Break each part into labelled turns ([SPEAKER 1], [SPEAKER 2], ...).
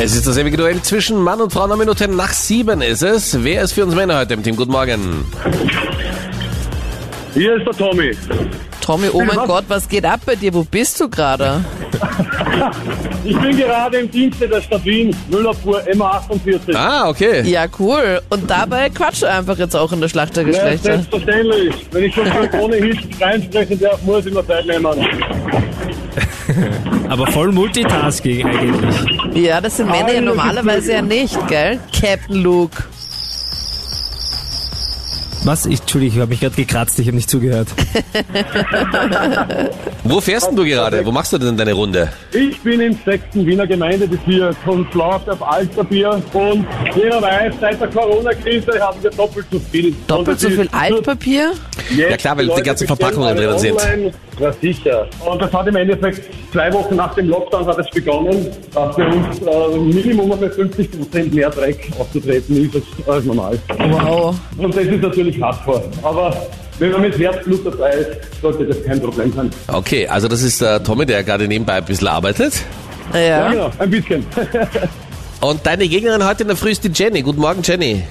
[SPEAKER 1] Es ist das ewige Duell zwischen Mann und Frau. Eine Minute nach sieben ist es. Wer ist für uns Männer heute im Team? Guten Morgen.
[SPEAKER 2] Hier ist der Tommy.
[SPEAKER 3] Tommy, oh mein Gott, was geht ab bei dir? Wo bist du gerade?
[SPEAKER 2] Ich bin gerade im Dienste der Stadt Wien, Müllabfuhr MA48.
[SPEAKER 1] Ah, okay.
[SPEAKER 3] Ja, cool. Und dabei quatsch einfach jetzt auch in der Schlacht der
[SPEAKER 2] Ja,
[SPEAKER 3] Geschlechter.
[SPEAKER 2] selbstverständlich. Wenn ich schon ohne Hilfe reinsprechen darf, muss ich mir Zeit nehmen.
[SPEAKER 4] Aber voll Multitasking eigentlich.
[SPEAKER 3] Ja, das sind Männer ja normalerweise ja nicht, gell? Captain Luke.
[SPEAKER 4] Was? Ich, Entschuldigung, ich habe mich gerade gekratzt, ich habe nicht zugehört.
[SPEAKER 1] Wo fährst denn du gerade? Wo machst du denn deine Runde?
[SPEAKER 2] Ich bin im sechsten Wiener Gemeindebezirk und laufe auf Altpapier. Und jeder weiß, seit der Corona-Krise haben wir doppelt so viel. Und
[SPEAKER 3] Doppelt
[SPEAKER 2] das
[SPEAKER 3] so
[SPEAKER 2] ist
[SPEAKER 3] viel
[SPEAKER 2] nur
[SPEAKER 3] Altpapier?
[SPEAKER 2] Jetzt
[SPEAKER 1] Ja, klar, weil die
[SPEAKER 2] Leute
[SPEAKER 1] ganzen
[SPEAKER 2] bestellen
[SPEAKER 1] Verpackungen
[SPEAKER 2] alle
[SPEAKER 1] drinnen sind.
[SPEAKER 2] online. Ja, sicher. Und das hat im Endeffekt zwei Wochen nach dem Lockdown hat es begonnen, dass bei uns äh, Minimum auf 50 Prozent mehr Dreck aufzutreten ist als, als normal.
[SPEAKER 3] Wow.
[SPEAKER 2] Und das ist natürlich hardcore. Aber wenn man mit Herzblut dabei ist, sollte das kein Problem sein.
[SPEAKER 1] Okay, also das ist der Tommy, der gerade nebenbei ein bisschen arbeitet. Ah.
[SPEAKER 3] Ja.
[SPEAKER 2] Genau, ein bisschen.
[SPEAKER 1] Und deine Gegnerin heute in der Früh ist die Jenny. Guten Morgen, Jenny.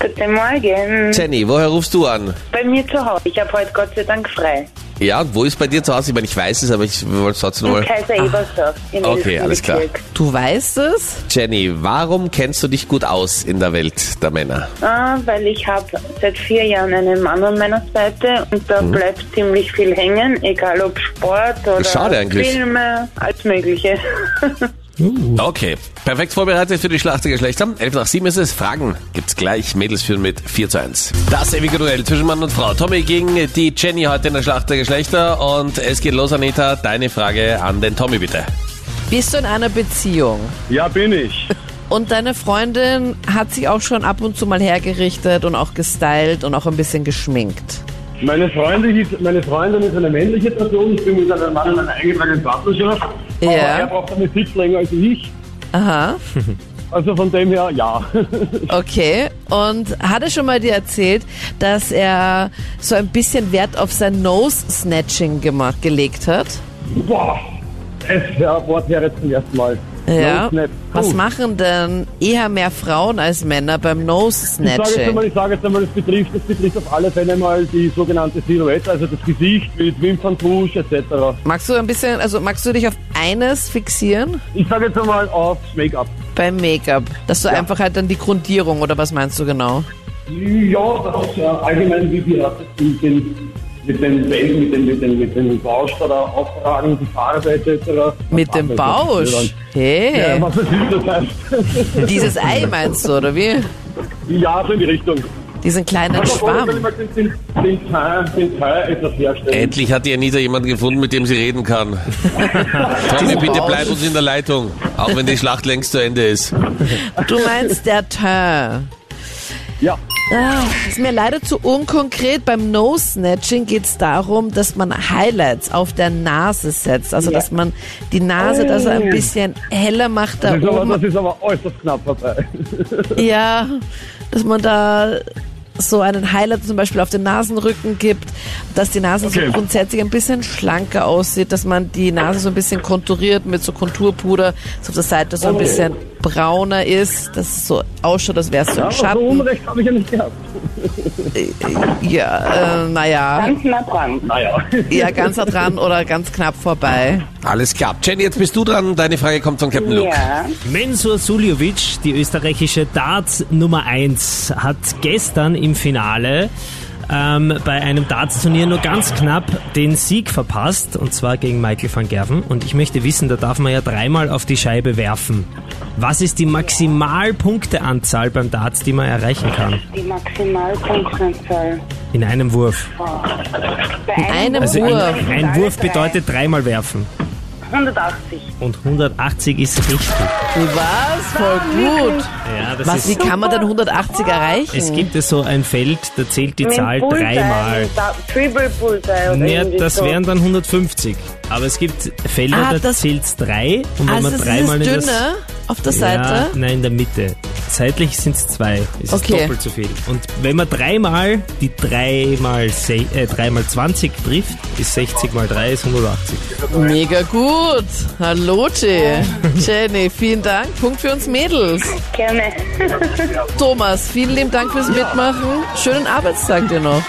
[SPEAKER 5] Guten Morgen.
[SPEAKER 1] Jenny, woher rufst du an?
[SPEAKER 5] Bei mir zu Hause. Ich habe heute Gott sei Dank frei.
[SPEAKER 1] Ja, und wo ist bei dir zu Hause? Ich meine, ich weiß es, aber ich wollte es trotzdem
[SPEAKER 5] In
[SPEAKER 1] mal.
[SPEAKER 5] Kaiser Ebersdorf. im
[SPEAKER 1] Ah. Okay,
[SPEAKER 5] elften
[SPEAKER 1] alles klar.
[SPEAKER 5] Bezirk.
[SPEAKER 3] Du weißt es?
[SPEAKER 1] Jenny, warum kennst du dich gut aus in der Welt der Männer?
[SPEAKER 5] Ah, weil ich habe seit vier Jahren einen Mann an meiner Seite und da
[SPEAKER 1] Mhm.
[SPEAKER 5] bleibt ziemlich viel hängen, egal ob Sport oder
[SPEAKER 1] Schade eigentlich.
[SPEAKER 5] Filme, alles Mögliche.
[SPEAKER 1] Okay, perfekt vorbereitet für die Schlacht der Geschlechter. 11 nach 7 ist es. Fragen gibt's gleich. Mädels führen mit 4 zu 1. Das ewige Duell zwischen Mann und Frau. Tommy gegen die Jenny heute in der Schlacht der Geschlechter. Und es geht los, Anita. Deine Frage an den Tommy, bitte.
[SPEAKER 3] Bist du in einer Beziehung?
[SPEAKER 2] ja, bin ich.
[SPEAKER 3] Und deine Freundin hat sich auch schon ab und zu mal hergerichtet und auch gestylt und auch ein bisschen geschminkt.
[SPEAKER 2] Meine Freundin, ist, meine Freundin ist eine männliche Person. Ich bin mit einem Mann in einer eingetragenen Partnerschaft.
[SPEAKER 3] Ja.
[SPEAKER 2] Aber er braucht eine Tipp länger als ich.
[SPEAKER 3] Aha.
[SPEAKER 2] Also von dem her, ja.
[SPEAKER 3] Okay. Und hat er schon mal dir erzählt, dass er so ein bisschen Wert auf sein Nose-Snatching gemacht, gelegt hat?
[SPEAKER 2] Boah, das ja, Wort wäre jetzt zum ersten Mal.
[SPEAKER 3] Ja.
[SPEAKER 2] Nose-Snap.
[SPEAKER 3] Was
[SPEAKER 2] Puh.
[SPEAKER 3] machen denn eher mehr Frauen als Männer beim
[SPEAKER 2] Ich sage jetzt einmal,
[SPEAKER 3] Nose-Snatching?
[SPEAKER 2] ich sage jetzt einmal, es betrifft, es betrifft auf alle Fälle mal die sogenannte Silhouette, also das Gesicht mit Wimperntusch etc.
[SPEAKER 3] Magst du ein bisschen, also magst du dich auf eines fixieren?
[SPEAKER 2] Ich sage jetzt einmal aufs Make-up.
[SPEAKER 3] Beim Make-up. Dass du einfach halt dann die Grundierung, oder was meinst du genau?
[SPEAKER 2] Ja, das ist ja allgemein, wie wir das mit den, mit den Wänden, mit den, mit den, mit den Bausch da auftragen, die Farbe etc.
[SPEAKER 3] Mit dem Bausch. Äh.
[SPEAKER 2] Ja,
[SPEAKER 3] Hey,
[SPEAKER 2] Äh, was das ist, das heißt.
[SPEAKER 3] dieses Ei meinst du, oder wie?
[SPEAKER 2] ja, so in die Richtung.
[SPEAKER 3] Diesen kleinen
[SPEAKER 2] Also, vorher kann ich
[SPEAKER 3] Schwamm.
[SPEAKER 2] mal den, den, den, Teil, den Teil etwas herstellen.
[SPEAKER 1] Endlich hat die Anita jemanden gefunden, mit dem sie reden kann. Tommy, bitte bleib uns in der Leitung. Auch wenn die Schlacht längst zu Ende ist.
[SPEAKER 3] Du meinst der Teint.
[SPEAKER 2] Ja.
[SPEAKER 3] Ah, ist mir leider zu unkonkret. Beim Nose-Snatching geht es darum, dass man Highlights auf der Nase setzt. Also, dass man die Nase, dass er ein bisschen heller macht da
[SPEAKER 2] Das ist, aber, das
[SPEAKER 3] Äh, oben.
[SPEAKER 2] ist aber äußerst knapp dabei.
[SPEAKER 3] Ja, dass man da so einen Highlight zum Beispiel auf den Nasenrücken gibt, dass die Nase
[SPEAKER 2] Okay.
[SPEAKER 3] so grundsätzlich ein bisschen schlanker aussieht, dass man die Nase so ein bisschen konturiert mit so Konturpuder, dass auf der Seite so ein bisschen brauner ist, dass es so ausschaut, als wärst
[SPEAKER 2] Ja,
[SPEAKER 3] du im
[SPEAKER 2] aber so
[SPEAKER 3] Schatten.
[SPEAKER 2] Unrecht habe ich ja nicht gehabt.
[SPEAKER 3] Ja, äh, naja.
[SPEAKER 5] Ganz nah dran.
[SPEAKER 2] Naja.
[SPEAKER 3] Ja, ganz nah dran oder ganz knapp vorbei.
[SPEAKER 1] Alles klar. Jenny, jetzt bist du dran. Deine Frage kommt von Captain Luke.
[SPEAKER 5] Ja.
[SPEAKER 4] Mensur Suljovic, die österreichische Darts Nummer 1, hat gestern im Finale ähm, bei einem Darts-Turnier nur ganz knapp den Sieg verpasst, und zwar gegen Michael van Gerven. Und ich möchte wissen, da darf man ja dreimal auf die Scheibe werfen. Was ist die Maximalpunkteanzahl beim Darts, die man erreichen kann?
[SPEAKER 5] Die Maximalpunktanzahl.
[SPEAKER 4] In einem Wurf.
[SPEAKER 5] Bei
[SPEAKER 3] einem
[SPEAKER 4] Also ein,
[SPEAKER 3] Wurf.
[SPEAKER 4] ein Wurf bedeutet dreimal werfen.
[SPEAKER 5] 180.
[SPEAKER 4] Und 180 ist richtig.
[SPEAKER 3] Was? Voll gut.
[SPEAKER 4] Ja, das
[SPEAKER 3] Was, wie
[SPEAKER 4] ist,
[SPEAKER 3] kann man denn 180 erreichen?
[SPEAKER 4] es gibt es so ein Feld, da zählt die
[SPEAKER 5] Mit
[SPEAKER 4] Zahl
[SPEAKER 5] Bullseye,
[SPEAKER 4] dreimal.
[SPEAKER 5] da- Triple Bullseye oder
[SPEAKER 4] Ja,
[SPEAKER 5] irgendwie
[SPEAKER 4] das
[SPEAKER 5] so.
[SPEAKER 4] wären dann 150. Aber es gibt Felder,
[SPEAKER 3] Ah,
[SPEAKER 4] da
[SPEAKER 3] das-
[SPEAKER 4] zählt's drei. Und wenn
[SPEAKER 3] also
[SPEAKER 4] man
[SPEAKER 3] es
[SPEAKER 4] dreimal
[SPEAKER 3] ist
[SPEAKER 4] in
[SPEAKER 3] dünner
[SPEAKER 4] das,
[SPEAKER 3] auf der
[SPEAKER 4] ja,
[SPEAKER 3] Seite.
[SPEAKER 4] Nein, in der Mitte. zeitlich sind es zwei. Es
[SPEAKER 3] Okay.
[SPEAKER 4] ist doppelt so viel. Und wenn man dreimal die dreimal, se- äh, dreimal 20 trifft, ist 60 mal 3 ist 180.
[SPEAKER 3] Mega gut. Hallo, Jay. Jenny, vielen Dank. Punkt für uns Mädels.
[SPEAKER 5] Gerne.
[SPEAKER 3] Thomas, vielen lieben Dank fürs Mitmachen. Schönen Arbeitstag dir noch.